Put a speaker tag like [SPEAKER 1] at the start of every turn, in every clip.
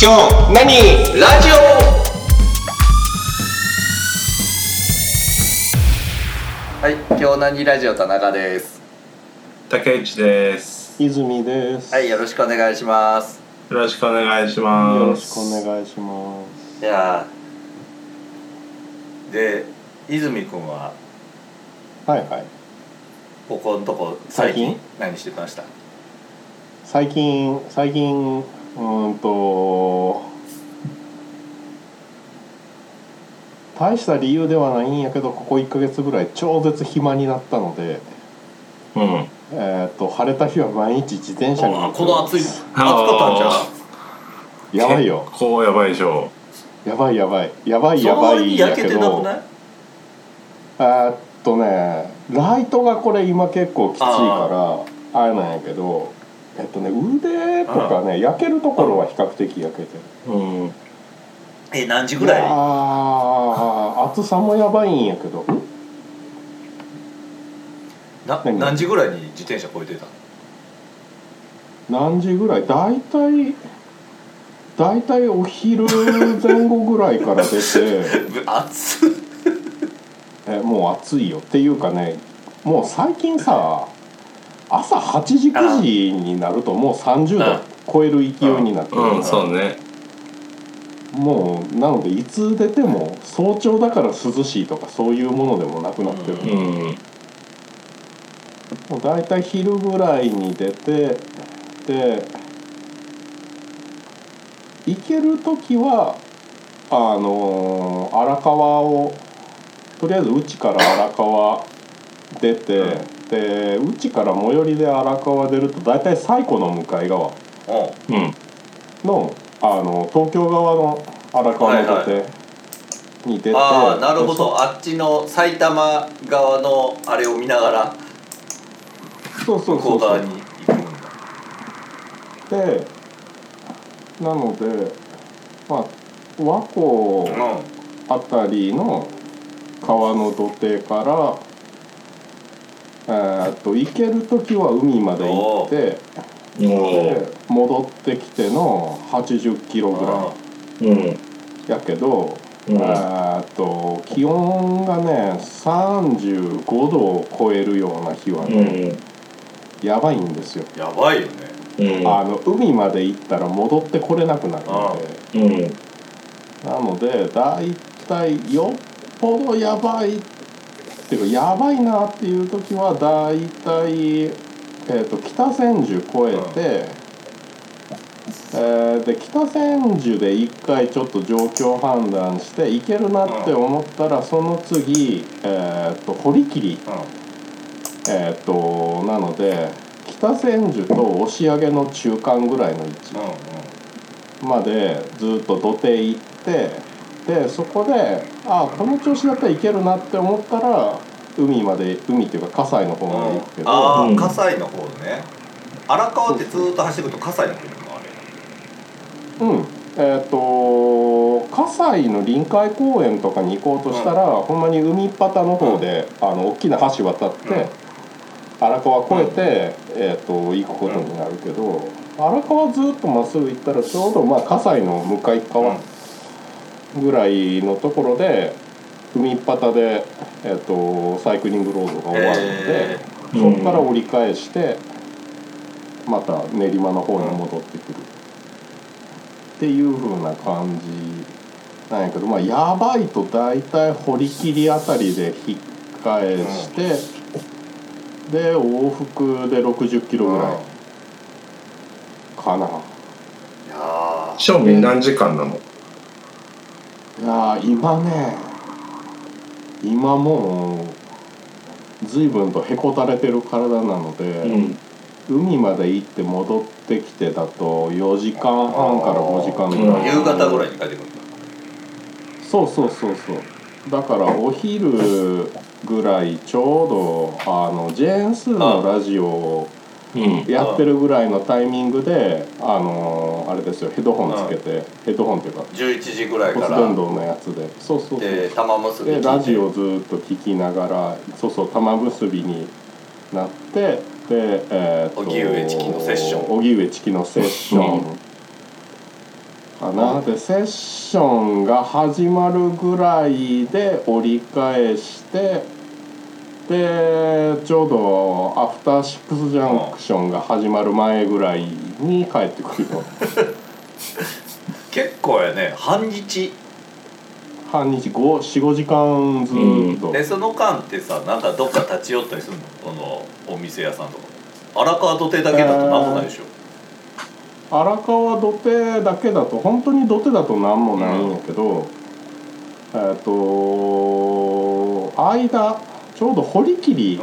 [SPEAKER 1] 今日何ラジオ
[SPEAKER 2] はい、京南ラジオ田中です。
[SPEAKER 3] 竹内です。
[SPEAKER 4] 泉です。
[SPEAKER 2] はい、
[SPEAKER 4] よ
[SPEAKER 2] よろしくお願いします。
[SPEAKER 3] よろしくお願いします。
[SPEAKER 4] ろしくお願いしま
[SPEAKER 2] いやーで、泉くんは
[SPEAKER 4] す。はいはい。
[SPEAKER 2] ここのとこ最
[SPEAKER 4] 最
[SPEAKER 2] 近
[SPEAKER 4] 近
[SPEAKER 2] 何してました？
[SPEAKER 4] 最近最近うーんと大した理由ではないんやけどここ一ヶ月ぐらい超絶暇になったので、
[SPEAKER 3] うん。
[SPEAKER 4] えーっと晴れた日は毎日自転車に乗って
[SPEAKER 2] この暑い暑かったんじゃん
[SPEAKER 3] あ。
[SPEAKER 4] やばいよ。
[SPEAKER 3] 結構やばいでしょ。
[SPEAKER 4] やばいやばいやばい
[SPEAKER 2] そ
[SPEAKER 4] や
[SPEAKER 2] の
[SPEAKER 4] ば
[SPEAKER 2] 割
[SPEAKER 4] い
[SPEAKER 2] に
[SPEAKER 4] んや
[SPEAKER 2] 焼け
[SPEAKER 4] け
[SPEAKER 2] てなく
[SPEAKER 4] ど。
[SPEAKER 2] ない？
[SPEAKER 4] えーっとねライトがこれ今結構きついからあれなんやけどえっとね腕とかね焼けるところは比較的焼けてる
[SPEAKER 3] うん。
[SPEAKER 2] え、何時ぐ
[SPEAKER 4] ぐ
[SPEAKER 2] らい？あ
[SPEAKER 4] ああ暑さもやばいんやけどん
[SPEAKER 2] な
[SPEAKER 4] 何
[SPEAKER 2] 何時ぐらいに自転車越えてたの？
[SPEAKER 4] 何時ぐらい大体大体お昼前後ぐらいから出 て
[SPEAKER 2] 暑い。
[SPEAKER 4] えもう暑いよっていうかねもう最近さ朝8時9時になるともう30
[SPEAKER 2] うん
[SPEAKER 4] 度超える勢いになってるから
[SPEAKER 3] うん、そうね。
[SPEAKER 4] もうなのでいつ出ても早朝だから涼しいとかそういうものでもなくなってる、
[SPEAKER 3] う。
[SPEAKER 2] うん
[SPEAKER 4] もう大体昼ぐらいに出てで行ける時はあのー荒川をとりあえずうちから荒川出て、でうちから最寄りで荒川出ると大体西湖の向かい側
[SPEAKER 2] うん。
[SPEAKER 3] うん。
[SPEAKER 4] のあの東京側の荒川の土手に出て、
[SPEAKER 2] ああ、なるほど。あっちの埼玉側のあれを見ながら
[SPEAKER 4] そうそう
[SPEAKER 2] 向こ
[SPEAKER 4] そううそ
[SPEAKER 2] 側
[SPEAKER 4] う
[SPEAKER 2] に行くんだ。
[SPEAKER 4] でなのでまあ和光
[SPEAKER 2] うん。
[SPEAKER 4] あたりの川の土手からえーっと行ける時は海まで行って
[SPEAKER 3] お
[SPEAKER 4] で戻ってきての80キロぐら
[SPEAKER 3] うん。
[SPEAKER 4] いやけど、
[SPEAKER 3] う
[SPEAKER 4] え
[SPEAKER 3] ん。
[SPEAKER 4] ーっと気温がね35度を超えるような日は
[SPEAKER 3] う
[SPEAKER 4] ね、
[SPEAKER 3] ん。
[SPEAKER 4] やばいんですよ。
[SPEAKER 2] やばいよね。
[SPEAKER 3] うん。
[SPEAKER 4] あの海まで行ったら戻ってこれなくなるので。
[SPEAKER 3] うん。
[SPEAKER 4] なので大体よっぽどやばいっていうかやばいなっていう時は大体、えー、と北千住越えて、えーで北千住で一回ちょっと状況判断していけるなって思ったらその次、えー、と堀切
[SPEAKER 2] うん。
[SPEAKER 4] えー、となので北千住と押上の中間ぐらいの位置。
[SPEAKER 2] うんうん
[SPEAKER 4] までずっと土手行ってでそこであこの調子だったらいけるなって思ったら海まで海っていうか葛西の方まで行くけど
[SPEAKER 2] ああ、
[SPEAKER 3] うん
[SPEAKER 2] 葛西の方ね荒川ってずーっと走ってくると葛西の方にもある
[SPEAKER 4] うんえっ、と葛西の臨海公園とかに行こうとしたら、ほんまに海っ端の方で、あの大きな橋渡って、
[SPEAKER 2] うん
[SPEAKER 4] 荒川越えて、えっ、と行くことになるけど、荒川ずっとまっすぐ行ったらちょうどまあ葛西の向かい側、ぐらいのところで海っ端で、えっとサイクリングロードが終わるので
[SPEAKER 2] え、
[SPEAKER 3] うん
[SPEAKER 4] そこから折り返してまた練馬の方に戻ってくる、っていう風な感じなんやけどまあやばいと大体堀切あたりで引っ返して、で往復で60キ
[SPEAKER 2] ー
[SPEAKER 4] ロぐ
[SPEAKER 2] う
[SPEAKER 4] ら
[SPEAKER 2] ん
[SPEAKER 4] いかな。
[SPEAKER 2] いやー
[SPEAKER 3] 賞味何時間なの
[SPEAKER 4] いやー今ね今もう随分とへこたれてる体なの
[SPEAKER 3] う
[SPEAKER 4] で、
[SPEAKER 3] ん。
[SPEAKER 4] 海まで行って戻ってきてだと4時間半から5時間ぐらい、
[SPEAKER 2] 夕方ぐらいに帰ってくるんだ
[SPEAKER 4] そうそうそうそうだからお昼ぐらいちょうどあのジェーン・スーのラジオを
[SPEAKER 3] うん。
[SPEAKER 4] やってるぐらいのタイミングであのーあれですよヘッドホンつけてヘッドホンっていうか
[SPEAKER 2] 11時ぐらい
[SPEAKER 4] ポ
[SPEAKER 2] か
[SPEAKER 4] ス
[SPEAKER 2] ら
[SPEAKER 4] ドンドンのやつでそうそうそう
[SPEAKER 2] で玉結び聞い
[SPEAKER 4] で
[SPEAKER 2] て
[SPEAKER 4] ラジオずーっと聞きながらそうそう玉結びになってでえーっと
[SPEAKER 2] 荻上チキのセッション
[SPEAKER 4] 荻上チキのセッションかなでセッションが始まるぐらいで折り返してでちょうどアフターシックスジャンクションが始まる前ぐらいに帰ってくるよ
[SPEAKER 2] 結構やね半日
[SPEAKER 4] 半日45時間ずっと、
[SPEAKER 2] でその間ってさなんかどっか立ち寄ったりするのそのお店屋さんとか荒川土手だけだとなんもないでしょ、
[SPEAKER 4] 荒川土手だけだと本当に土手だと何もないんやけど、えっと間ちょうど堀切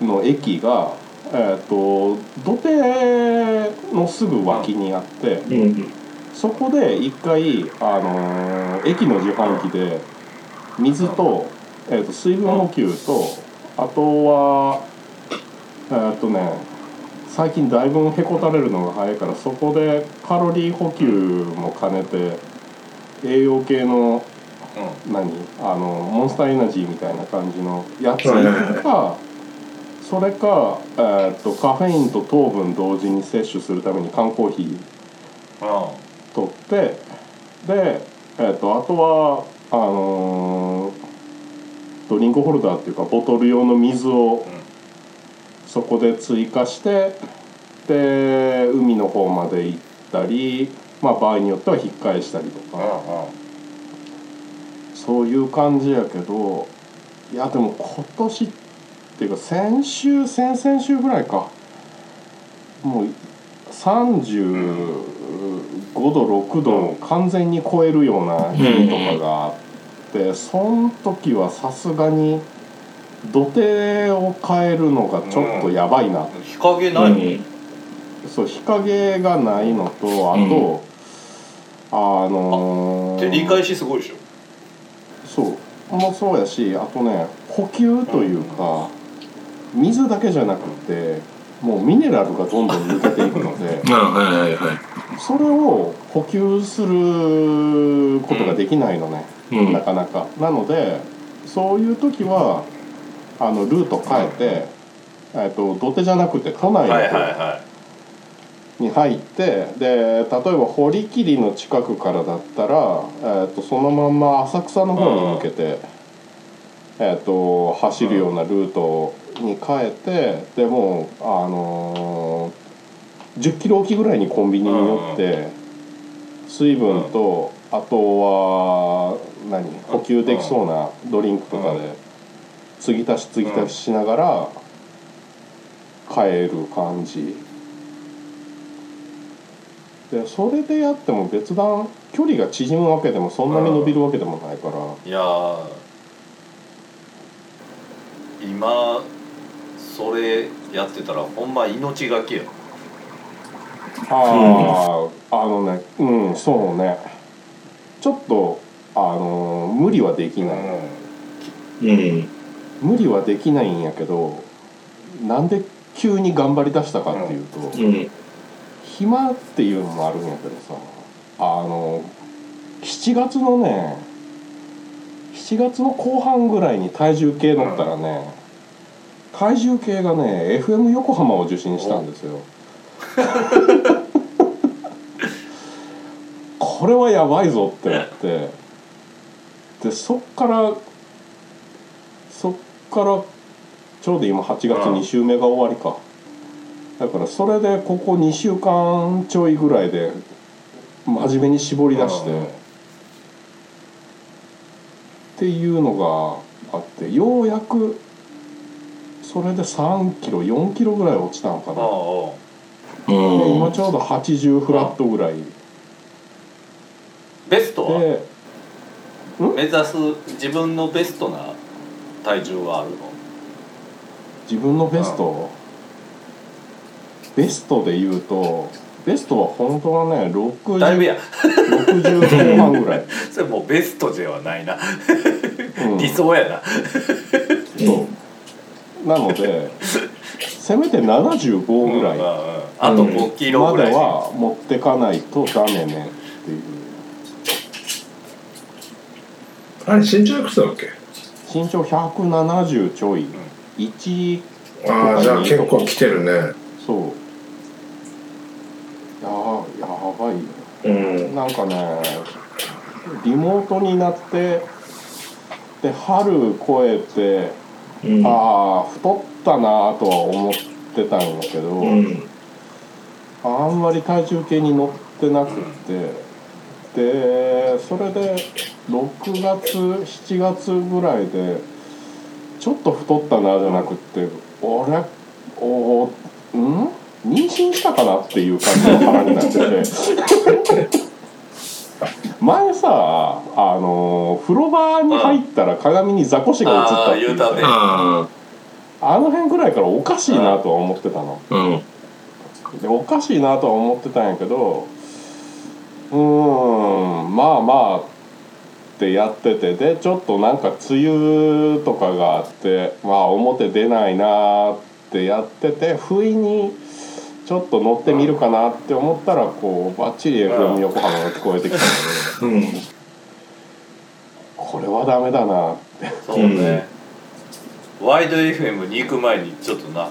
[SPEAKER 4] の駅が、えっと土手のすぐ脇にあって、
[SPEAKER 3] うん
[SPEAKER 4] そこで一回、あのー駅の自販機で水と,、えっと水分補給と、あとはえっ、とね最近だいぶへこたれるのが早いからそこでカロリー補給も兼ねて栄養系の
[SPEAKER 2] うんうん
[SPEAKER 4] 何あのモンスターエナジーみたいな感じのやつ
[SPEAKER 3] はいはいはい
[SPEAKER 4] かそれか、えっとカフェインと糖分同時に摂取するために缶コーヒー
[SPEAKER 2] うん
[SPEAKER 4] 取ってで、えー、とあとはあのードリンクホルダーっていうかボトル用の水をそこで追加してで海の方まで行ったり、まあ、場合によっては引っ返したりとかそういう感じやけどいやでも今年っていうか先週先々週ぐらいかもう35度6度を完全に超えるような日とかがあってその時はさすがに土手を変えるのがちょっとやばいな
[SPEAKER 2] うん日陰
[SPEAKER 3] う
[SPEAKER 2] ないもん、
[SPEAKER 3] ん
[SPEAKER 4] そう日陰がないのとあと、あのー
[SPEAKER 2] 照り返しすごいでしょ
[SPEAKER 4] そうもそうやしあとね補給というか、水だけじゃなくてもうミネラルがどんどん抜けていくの で
[SPEAKER 3] あはいはいは
[SPEAKER 4] それを補給することができないのね、
[SPEAKER 3] いうん
[SPEAKER 4] なかなかなのでそういう時はあのルート変えて、えっと土手じゃなくて都内の
[SPEAKER 2] はいはい
[SPEAKER 4] 方
[SPEAKER 2] は
[SPEAKER 4] に入ってで例えば堀切の近くからだったら、えー、とそのまんま浅草の方に向けて、えー、と走るようなルートに変えてでもう、あのー10キロおきぐらいにコンビニに寄って水分と、あとは何補給できそうなドリンクとかで継ぎ足し継ぎ足ししながら帰る感じ。でそれでやっても別段距離が縮むわけでもそんなに伸びるわけでもないから、
[SPEAKER 2] いいやー今それやってたらほんま命がけや
[SPEAKER 4] あああのねうんそうねちょっとあのー無理はできない、
[SPEAKER 3] うん
[SPEAKER 4] 無理はできないんやけどなんで急に頑張りだしたかっていうと、
[SPEAKER 3] うん
[SPEAKER 4] 暇っていうのもあるんやけどさあの7月のね7月の後半ぐらいに体重計乗ったらね、体重計がね FM 横浜を受信したんですよこれはやばいぞってなってでそっからそっからちょうど今8月2週目が終わりか、だからそれでここ2週間ちょいぐらいで真面目に絞り出して、
[SPEAKER 2] うん
[SPEAKER 4] っていうのがあってようやくそれで3キロ4キロぐらい落ちたのか
[SPEAKER 2] あああ
[SPEAKER 4] な
[SPEAKER 2] あ
[SPEAKER 4] で
[SPEAKER 3] うん
[SPEAKER 4] 今ちょうど80フラットぐらい
[SPEAKER 2] ベストは
[SPEAKER 4] で
[SPEAKER 2] 目指す自分のベストな体重はあるの
[SPEAKER 4] 自分のベストベストで言うとベストは本当はね60
[SPEAKER 2] だいぶや
[SPEAKER 4] 60後半ぐらい、
[SPEAKER 2] それもうベストではないな、
[SPEAKER 4] うん
[SPEAKER 2] 理想やな
[SPEAKER 4] なのでせめて75ぐらい
[SPEAKER 2] うんう
[SPEAKER 4] ま
[SPEAKER 2] んうんあと5キ
[SPEAKER 4] で
[SPEAKER 2] ロぐらい、
[SPEAKER 4] は持ってかないとダメねっていう
[SPEAKER 3] あれ身長いくつだっけ
[SPEAKER 4] 身長170ちょい、1
[SPEAKER 3] ああじゃあ結構来てるね
[SPEAKER 4] そうややばいよ
[SPEAKER 3] うん。
[SPEAKER 4] なんかねリモートになってで春越えて、
[SPEAKER 3] うん。
[SPEAKER 4] ああ太ったなとは思ってたんだけど、
[SPEAKER 3] うん。
[SPEAKER 4] あんまり体重計に乗ってなくてでそれで6月7月ぐらいでちょっと太ったなじゃなくって俺おん妊娠したかなっていう感じの腹になってて 前さあの風呂場に入ったら鏡にザコシが映ったっていう
[SPEAKER 2] あー言うたね
[SPEAKER 3] あ
[SPEAKER 4] あの辺ぐらいからおかしいなとは思ってたの。
[SPEAKER 3] あ。うん。
[SPEAKER 4] でおかしいなとは思ってたんやけどうーんまあまあってやっててでちょっとなんか梅雨とかがあってまあ表出ないなってやってて不意にちょっと乗ってみるかなって思ったらこうバッチリ FM 横浜が聞こえてきたので
[SPEAKER 3] うん。
[SPEAKER 4] これはダメだな
[SPEAKER 2] そうね、ワイド FM に行く前にちょっとな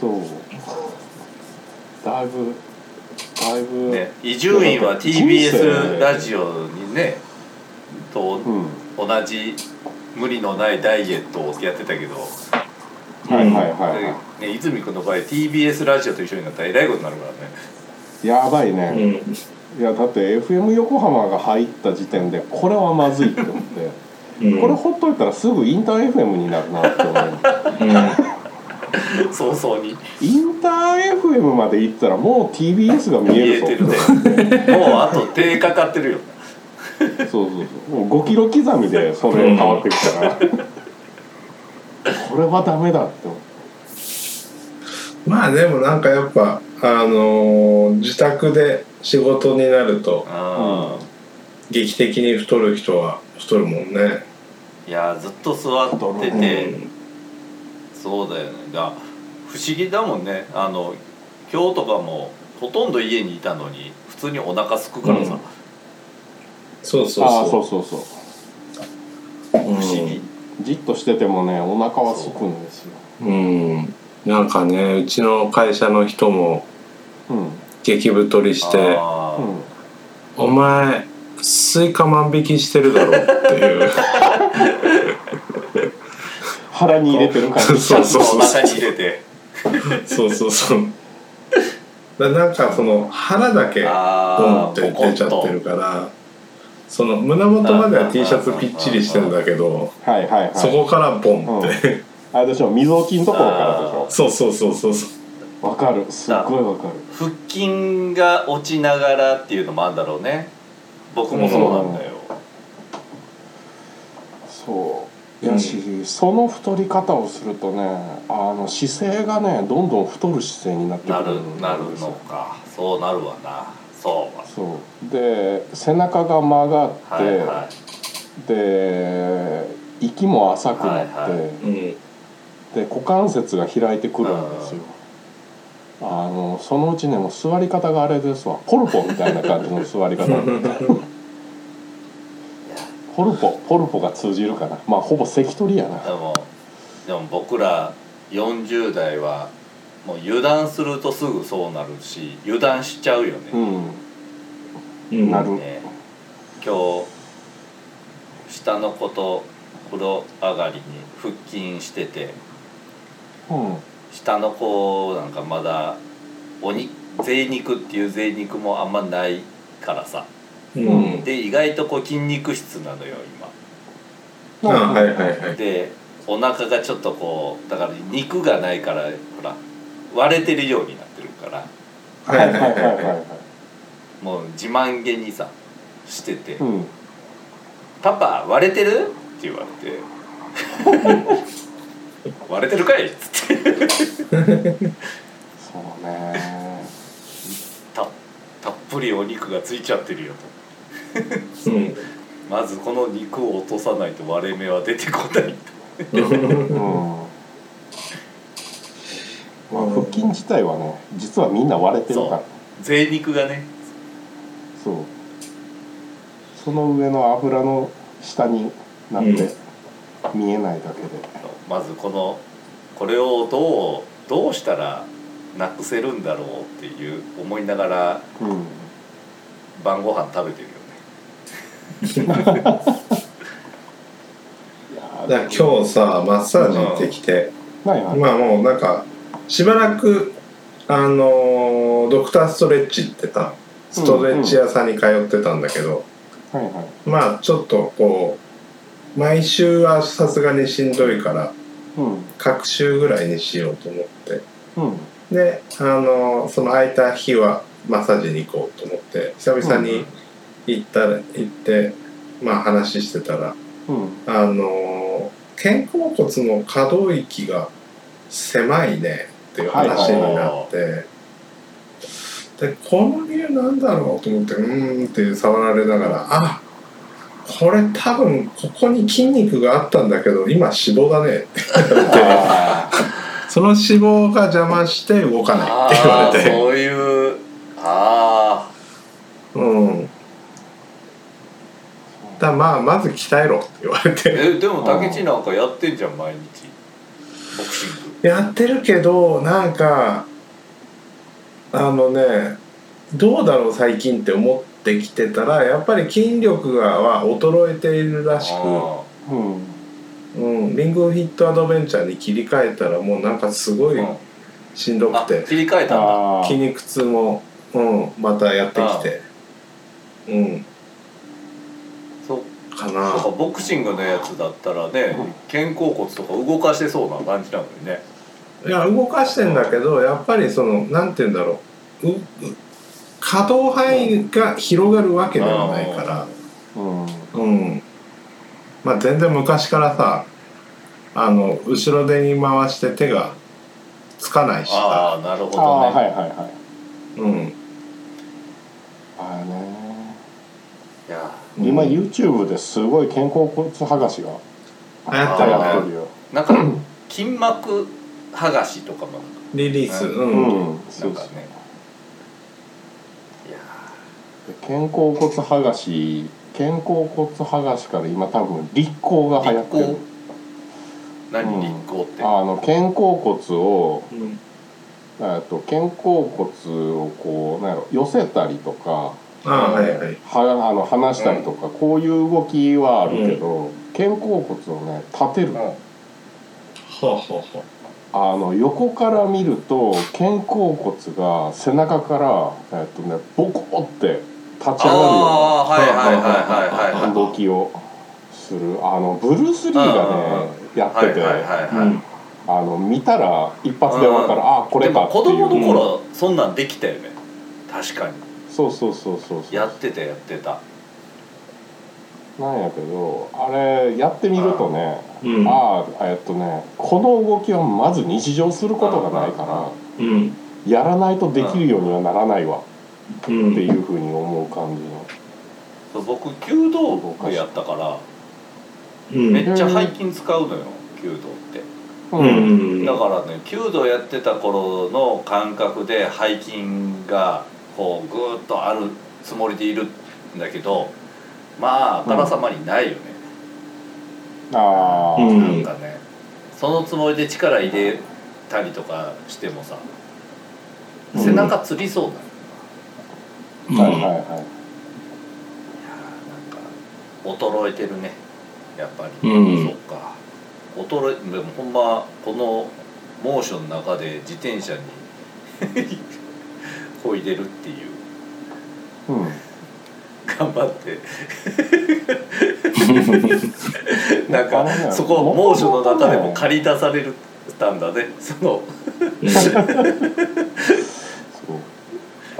[SPEAKER 4] そうだいぶだいぶ、
[SPEAKER 2] ね伊集院は TBS ラジオにねと
[SPEAKER 4] うん
[SPEAKER 2] 同じ無理のないダイエットをやってたけど、
[SPEAKER 4] はいはいはい、は
[SPEAKER 2] ね、泉君の場合 TBS ラジオと一緒になったらえらいことになるからね
[SPEAKER 4] い、やばいね、
[SPEAKER 3] うん。
[SPEAKER 4] いやだって FM 横浜が入った時点でこれはまずいって思って
[SPEAKER 3] うん。
[SPEAKER 4] これほっといたらすぐインター FM になるなって思う
[SPEAKER 2] 早々に
[SPEAKER 4] インター FM まで行ったらもう TBS が見
[SPEAKER 2] 見
[SPEAKER 4] える
[SPEAKER 2] え
[SPEAKER 4] ぞ
[SPEAKER 2] てるね もうあと手かかってるよ
[SPEAKER 4] そうそうそうもう5キロ刻みでそれ変わってきたからこれはダメだって思って
[SPEAKER 3] まあでもなんかやっぱあのー自宅で仕事になると
[SPEAKER 2] うん
[SPEAKER 3] 劇的に太る人は太るもんね。
[SPEAKER 2] いやずっと座って
[SPEAKER 3] うん
[SPEAKER 2] て、そうだよねが不思議だもんねあの今日とかもほとんど家にいたのに普通にお腹空くからさ、
[SPEAKER 3] うんそうそう
[SPEAKER 4] ああそ
[SPEAKER 3] そう
[SPEAKER 4] そうそう
[SPEAKER 3] う。
[SPEAKER 2] 不思議、
[SPEAKER 4] じっとしててもねお腹はすくんですよ
[SPEAKER 3] うん。なんかねうちの会社の人も
[SPEAKER 4] うんうん
[SPEAKER 3] 激太りして
[SPEAKER 2] あー
[SPEAKER 3] 「お前スイカ万引きしてるだろ」っていう
[SPEAKER 4] 腹に入れてる感じ
[SPEAKER 3] そうそう
[SPEAKER 2] お
[SPEAKER 3] そう
[SPEAKER 2] 腹に入れて
[SPEAKER 3] そうそうそう。だなんかその腹だけ
[SPEAKER 2] あ
[SPEAKER 3] ボンっ
[SPEAKER 2] ー
[SPEAKER 3] て
[SPEAKER 2] ポコ
[SPEAKER 3] 出
[SPEAKER 2] ン
[SPEAKER 3] ちゃってる
[SPEAKER 2] と
[SPEAKER 3] からその胸元までは T シャツぴっちりしてんだけど
[SPEAKER 4] はいはいはい
[SPEAKER 3] そこからボンって、
[SPEAKER 4] あれでしょ溝筋のところからでしょ
[SPEAKER 3] そうそうそうそうそう
[SPEAKER 4] わかるすっごいわかる
[SPEAKER 2] 腹筋が落ちながらっていうのもあるんだろうね僕もそうなんだよ、
[SPEAKER 4] そうやし、その太り方をするとねあの姿勢がねどんどん太る姿勢になってく
[SPEAKER 2] な
[SPEAKER 4] る
[SPEAKER 2] る
[SPEAKER 4] ん
[SPEAKER 2] な
[SPEAKER 4] で
[SPEAKER 2] る
[SPEAKER 4] すよ
[SPEAKER 2] のかそうなるわなそう
[SPEAKER 4] そうで背中が曲がって、
[SPEAKER 2] はいは
[SPEAKER 4] で息も浅くなって、
[SPEAKER 2] はいは
[SPEAKER 3] うん
[SPEAKER 4] で股関節が開いてくるんですよあのそのうちねもう座り方があれですわポルポみたいな感じの座り方ポルポポルポが通じるかなまあほぼ関取やない
[SPEAKER 2] でもでも僕ら40代はもう油断するとすぐそうなるし油断しちゃうよね、
[SPEAKER 4] うん
[SPEAKER 3] うん
[SPEAKER 4] なる
[SPEAKER 2] ね今日下の子と風呂上がりに腹筋してて
[SPEAKER 4] うん
[SPEAKER 2] 下の子なんかまだおに贅肉っていう贅肉もあんまないからさ
[SPEAKER 3] うん
[SPEAKER 2] で意外とこう筋肉質なのよ今
[SPEAKER 3] あはいはいはい
[SPEAKER 2] でお腹がちょっとこうだから肉がないからほら割れてるようになってるから
[SPEAKER 3] はいはいはいはい
[SPEAKER 4] はい。
[SPEAKER 2] もう自慢げにさしてて
[SPEAKER 4] う
[SPEAKER 2] 「
[SPEAKER 4] ん。
[SPEAKER 2] パパ割れてる?」って言われて「割れてるかい?」っつって
[SPEAKER 4] そうね。
[SPEAKER 2] たたっぷりお肉がついちゃってるよと
[SPEAKER 3] うん
[SPEAKER 2] まずこの肉を落とさないと割れ目は出てこないと
[SPEAKER 4] うん。まあ腹筋自体はね、実はみんな割れてるから。
[SPEAKER 2] 贅肉がね
[SPEAKER 4] そう。その上の油の下になって見えないだけで。
[SPEAKER 2] まずこのこれをどうどうしたらなくせるんだろうっていう思いながら
[SPEAKER 4] うん
[SPEAKER 2] 晩ご飯食べてるよね
[SPEAKER 4] いや
[SPEAKER 3] だか
[SPEAKER 4] ー
[SPEAKER 3] ら今日さマッサージ行ってきて、
[SPEAKER 4] はいはい、
[SPEAKER 3] まあもうなんかしばらくあのードクターストレッチってさストレッチ屋さんに通ってたんだけど、
[SPEAKER 4] はいはい
[SPEAKER 3] まあちょっとこう毎週はさすがにしんどいから
[SPEAKER 4] うん
[SPEAKER 3] 各週ぐらいにしようと思って
[SPEAKER 4] うん
[SPEAKER 3] であのその空いた日はマッサージに行こうと思って久々に行ったら、行ってまあ話してたら
[SPEAKER 4] うん
[SPEAKER 3] あの肩甲骨の可動域が狭いねっていう話になって、でこの理由なんだろうと思ってうーんって触られながらあこれ多分ここに筋肉があったんだけど今脂肪だねって言われて。
[SPEAKER 4] あー
[SPEAKER 3] その脂肪が邪魔して動かないって言わ
[SPEAKER 2] あ
[SPEAKER 3] れ
[SPEAKER 2] ー
[SPEAKER 3] て
[SPEAKER 2] そういうあ
[SPEAKER 3] うんだからまあまず鍛えろって言われ
[SPEAKER 2] ー
[SPEAKER 3] て
[SPEAKER 2] えでも竹地なんかやってんじゃん毎日ボクシング
[SPEAKER 3] やってるけどなんかあのねどうだろう最近って思ってきてたらやっぱり筋力がは衰えているらしく、
[SPEAKER 2] あ
[SPEAKER 4] うん
[SPEAKER 3] うん、リングフィットアドベンチャーに切り替えたらもうなんかすごい
[SPEAKER 2] ー
[SPEAKER 3] しんど
[SPEAKER 2] うんあ
[SPEAKER 3] くて
[SPEAKER 2] 切り替えたんだ
[SPEAKER 4] あー
[SPEAKER 3] 筋肉痛も、うん、またやってきてうん
[SPEAKER 2] そう
[SPEAKER 3] か
[SPEAKER 2] な
[SPEAKER 3] なん
[SPEAKER 2] かボクシングのやつだったらね肩甲骨とか動かしてそうな感じなのにね
[SPEAKER 3] いや動かしてんだけどやっぱりそのなんて言うんだろううう可動範囲が広がるわけではないから
[SPEAKER 4] うん
[SPEAKER 3] うんまあ全然昔からさあの後ろ手に回して手がつかないしさ、
[SPEAKER 2] ああなるほ
[SPEAKER 4] ああ
[SPEAKER 2] ど
[SPEAKER 4] ーはい
[SPEAKER 2] ね
[SPEAKER 4] はいはい
[SPEAKER 3] うん、
[SPEAKER 4] ああね
[SPEAKER 2] いや
[SPEAKER 4] 今 YouTube ですごい肩甲骨剥がしが
[SPEAKER 3] 流行って
[SPEAKER 4] 流
[SPEAKER 3] るよ
[SPEAKER 4] 行っ
[SPEAKER 3] ね
[SPEAKER 4] てるよ
[SPEAKER 2] なんか筋膜剥がしとかも
[SPEAKER 3] リリースう、
[SPEAKER 4] うんん、
[SPEAKER 2] な
[SPEAKER 4] そ
[SPEAKER 2] ん
[SPEAKER 4] う
[SPEAKER 2] か
[SPEAKER 4] そう
[SPEAKER 2] ねいや
[SPEAKER 4] 肩甲骨剥がし肩甲骨剥がしから今多分立行が
[SPEAKER 2] ー
[SPEAKER 4] 流行
[SPEAKER 2] 立
[SPEAKER 4] ってる
[SPEAKER 2] 候何立候って
[SPEAKER 4] あの肩甲骨を
[SPEAKER 3] うん
[SPEAKER 4] えっと肩甲骨をこうなんやろ寄せたりとか
[SPEAKER 3] ああはいはい
[SPEAKER 4] はあの離したりとか、こういう動きはあるけど、肩甲骨をね立てる、
[SPEAKER 2] うん
[SPEAKER 3] ほうほうほう
[SPEAKER 4] あの横から見ると肩甲骨が背中から、えっとね、ボコって立ち上がる
[SPEAKER 2] あ
[SPEAKER 4] よ
[SPEAKER 2] あはいはいはいはいは
[SPEAKER 4] うない動きをするあのブルース・リーがねやってて、
[SPEAKER 2] はいはいはいはい
[SPEAKER 3] うん
[SPEAKER 4] あの見たら一発で分かる、
[SPEAKER 2] うん
[SPEAKER 4] ああこ
[SPEAKER 2] で
[SPEAKER 4] れか
[SPEAKER 2] も
[SPEAKER 4] ってい
[SPEAKER 2] 子
[SPEAKER 4] う
[SPEAKER 2] 供の頃そんなんできたよね確かに
[SPEAKER 4] そうそうそうそうそう
[SPEAKER 2] やってたやってた
[SPEAKER 4] なんやけどあれやってみるとね、
[SPEAKER 3] うん
[SPEAKER 4] ああえっとねこの動きはまず日常することがないから、
[SPEAKER 3] うん
[SPEAKER 4] やらないとできるようにはならないわ
[SPEAKER 3] う
[SPEAKER 4] ってい
[SPEAKER 3] ん
[SPEAKER 4] うふうに思う感じの
[SPEAKER 2] そう僕弓道部やったから
[SPEAKER 3] うん
[SPEAKER 2] めっちゃ背筋使うのよ弓道って
[SPEAKER 3] うんうん
[SPEAKER 2] だからね弓道やってた頃の感覚で背筋がこうグーッとあるつもりでいるんだけどまああからさまにないよね、
[SPEAKER 4] ああ、
[SPEAKER 3] う
[SPEAKER 2] な
[SPEAKER 3] ん
[SPEAKER 2] んかねそのつもりで力入れたりとかしてもさ
[SPEAKER 4] うん
[SPEAKER 2] 背中つりそうだよ、
[SPEAKER 4] はいはいはい
[SPEAKER 2] なんか衰えてるねやっぱり、
[SPEAKER 3] うん
[SPEAKER 2] そっか衰えでもほんまこの猛暑の中で自転車に こいでるっていう
[SPEAKER 4] うん
[SPEAKER 2] 頑張って なんかそこ猛暑の中でも駆り出されるたんだねその
[SPEAKER 4] そ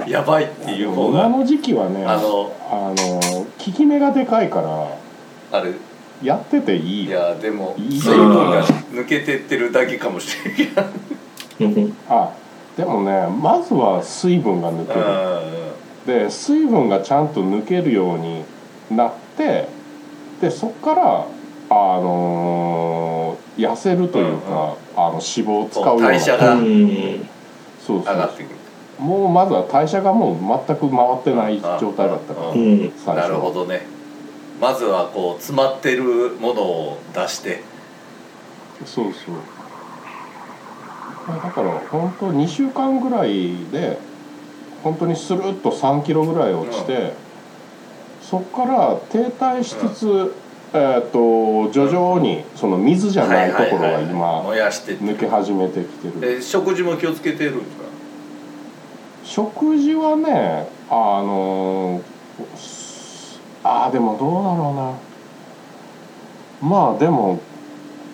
[SPEAKER 4] う
[SPEAKER 2] やばいっていう方
[SPEAKER 4] 今
[SPEAKER 2] が
[SPEAKER 4] の時期はね
[SPEAKER 2] あの
[SPEAKER 4] あの効き目がでかいから
[SPEAKER 2] あれ
[SPEAKER 4] やっててい
[SPEAKER 2] い
[SPEAKER 4] いよ
[SPEAKER 2] やでも
[SPEAKER 4] いい
[SPEAKER 2] 水分が抜けてってるだけかもしれない
[SPEAKER 3] うん
[SPEAKER 4] あでもねまずは水分が抜ける、で水分がちゃんと抜けるようになってでそっからあのー痩せるという
[SPEAKER 2] うんうん
[SPEAKER 4] か、あの脂肪を使うような
[SPEAKER 2] 代謝
[SPEAKER 3] う
[SPEAKER 2] が
[SPEAKER 3] ん
[SPEAKER 4] そう
[SPEAKER 2] 上
[SPEAKER 4] そ
[SPEAKER 2] がっ
[SPEAKER 4] う
[SPEAKER 2] てくる
[SPEAKER 4] もうまずは代謝がもう全く回ってない状態だったから、
[SPEAKER 2] うん
[SPEAKER 3] うんうん
[SPEAKER 4] 最初
[SPEAKER 2] なるほどねまずはこう詰まってるものを出して
[SPEAKER 4] そうそうまあだから本当2週間ぐらいで本当にスルッと3キロぐらい落ちて、そこから停滞しつつ、えー、と徐々にその水じゃないところが今
[SPEAKER 2] 燃やしてって
[SPEAKER 4] 抜け始めてきてる
[SPEAKER 2] え食事も気をつけてるんですか
[SPEAKER 4] 食事はねあのすあーでもどうだろうなまあでも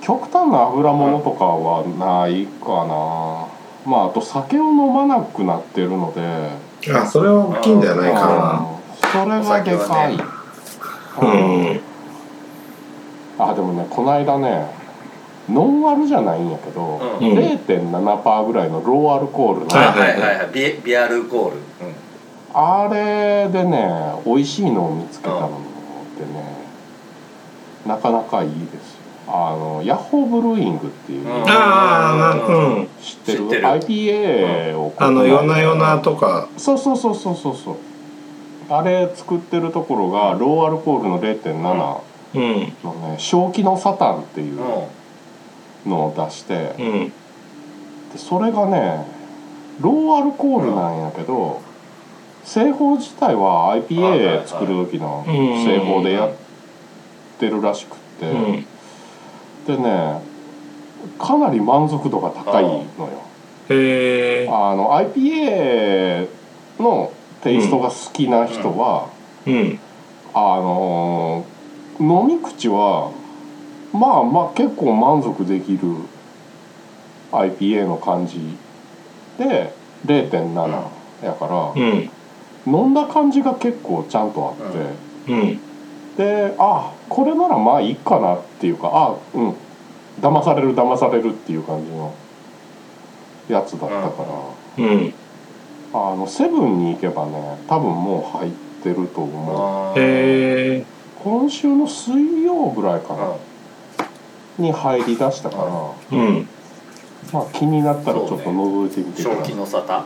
[SPEAKER 4] 極端な油物とかはないかな、まああと酒を飲まなくなってるので
[SPEAKER 3] あそれは大きいんじゃないか
[SPEAKER 4] うんそれがでかい、
[SPEAKER 3] な
[SPEAKER 4] うんあでもねこの間ねノンアルじゃないんやけど、
[SPEAKER 2] うん
[SPEAKER 4] 0.7%ぐらいのローアルコールの、
[SPEAKER 3] はい
[SPEAKER 2] はいはいはいビビアルコール、う
[SPEAKER 4] あれでね美味しいのを見つけたのってね、なかなかいいですよあのヤッホーブルーイングっていう、
[SPEAKER 2] うん
[SPEAKER 3] ああなうん
[SPEAKER 4] 知って
[SPEAKER 2] 知
[SPEAKER 4] る
[SPEAKER 2] ってる
[SPEAKER 4] IPA を
[SPEAKER 3] あの「よなよな」とか
[SPEAKER 4] そうそうそうそうそうそうあれ作ってるところがローアルコールの0.7
[SPEAKER 3] うん
[SPEAKER 4] のね「正気のサタン」っていうん
[SPEAKER 2] うん
[SPEAKER 4] のを出して
[SPEAKER 3] うん
[SPEAKER 4] でそれがねローアルコールなんやけど、製法自体は
[SPEAKER 2] はいはいは
[SPEAKER 4] IPA
[SPEAKER 2] い
[SPEAKER 4] 作る時の
[SPEAKER 3] うん
[SPEAKER 4] 製法でやってるらしくって、
[SPEAKER 3] うん
[SPEAKER 4] でねかなり満足度が高いのよ。
[SPEAKER 3] へえ
[SPEAKER 4] あの IPA のテイストが好きな人は、
[SPEAKER 3] うん
[SPEAKER 4] あのー飲み口はまあまあ結構満足できる IPA の感じで0.7やから、
[SPEAKER 3] うん
[SPEAKER 4] 飲んだ感じが結構ちゃんとあって、
[SPEAKER 3] うん
[SPEAKER 4] であこれならまあいいかなっていうかあうん騙される騙されるっていう感じのやつだったから。
[SPEAKER 3] うん
[SPEAKER 4] あのセブンに行けばね多分もう入ってると思う
[SPEAKER 2] あー
[SPEAKER 3] へえ
[SPEAKER 4] 今週の水曜ぐらいか
[SPEAKER 2] うん
[SPEAKER 4] なに入りだしたから
[SPEAKER 2] う
[SPEAKER 3] うん
[SPEAKER 4] まあ気になったらちょっと
[SPEAKER 2] そうね
[SPEAKER 4] 覗いてみてく
[SPEAKER 2] 正
[SPEAKER 4] ださ
[SPEAKER 2] 気
[SPEAKER 4] い
[SPEAKER 2] の沙汰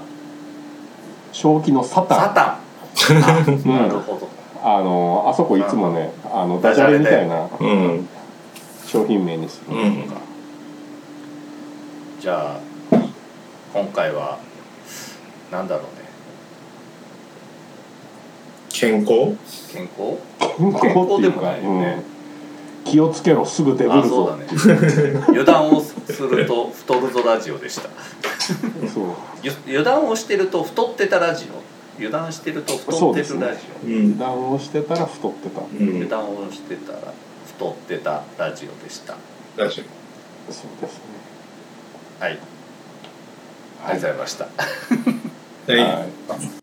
[SPEAKER 4] 正気のサタン
[SPEAKER 2] サタン
[SPEAKER 4] うん
[SPEAKER 2] なるほど
[SPEAKER 4] あのあそこいつもねあのダジャレみたいな
[SPEAKER 3] うん
[SPEAKER 4] 商品名にする
[SPEAKER 3] うん
[SPEAKER 2] じゃあ今回はなんだろうね
[SPEAKER 3] 健康
[SPEAKER 2] 健康
[SPEAKER 4] 健康っていう
[SPEAKER 2] 健康でも
[SPEAKER 4] か
[SPEAKER 2] ないよね
[SPEAKER 4] うん気をつけろすぐデブ
[SPEAKER 2] あ
[SPEAKER 4] る
[SPEAKER 2] そうだ
[SPEAKER 4] ぞ
[SPEAKER 2] ね油断をすると太るぞラジオでした
[SPEAKER 4] そう
[SPEAKER 2] ゆ油断をしてると太ってたラジオ油断してると太ってるラジオ、
[SPEAKER 3] うん
[SPEAKER 4] 油断をしてたら太ってた
[SPEAKER 3] うん
[SPEAKER 2] 油断をしてたら太ってたラジオでした
[SPEAKER 3] 大丈夫
[SPEAKER 4] そうですね
[SPEAKER 2] はいありがとうございました
[SPEAKER 3] はい
[SPEAKER 4] い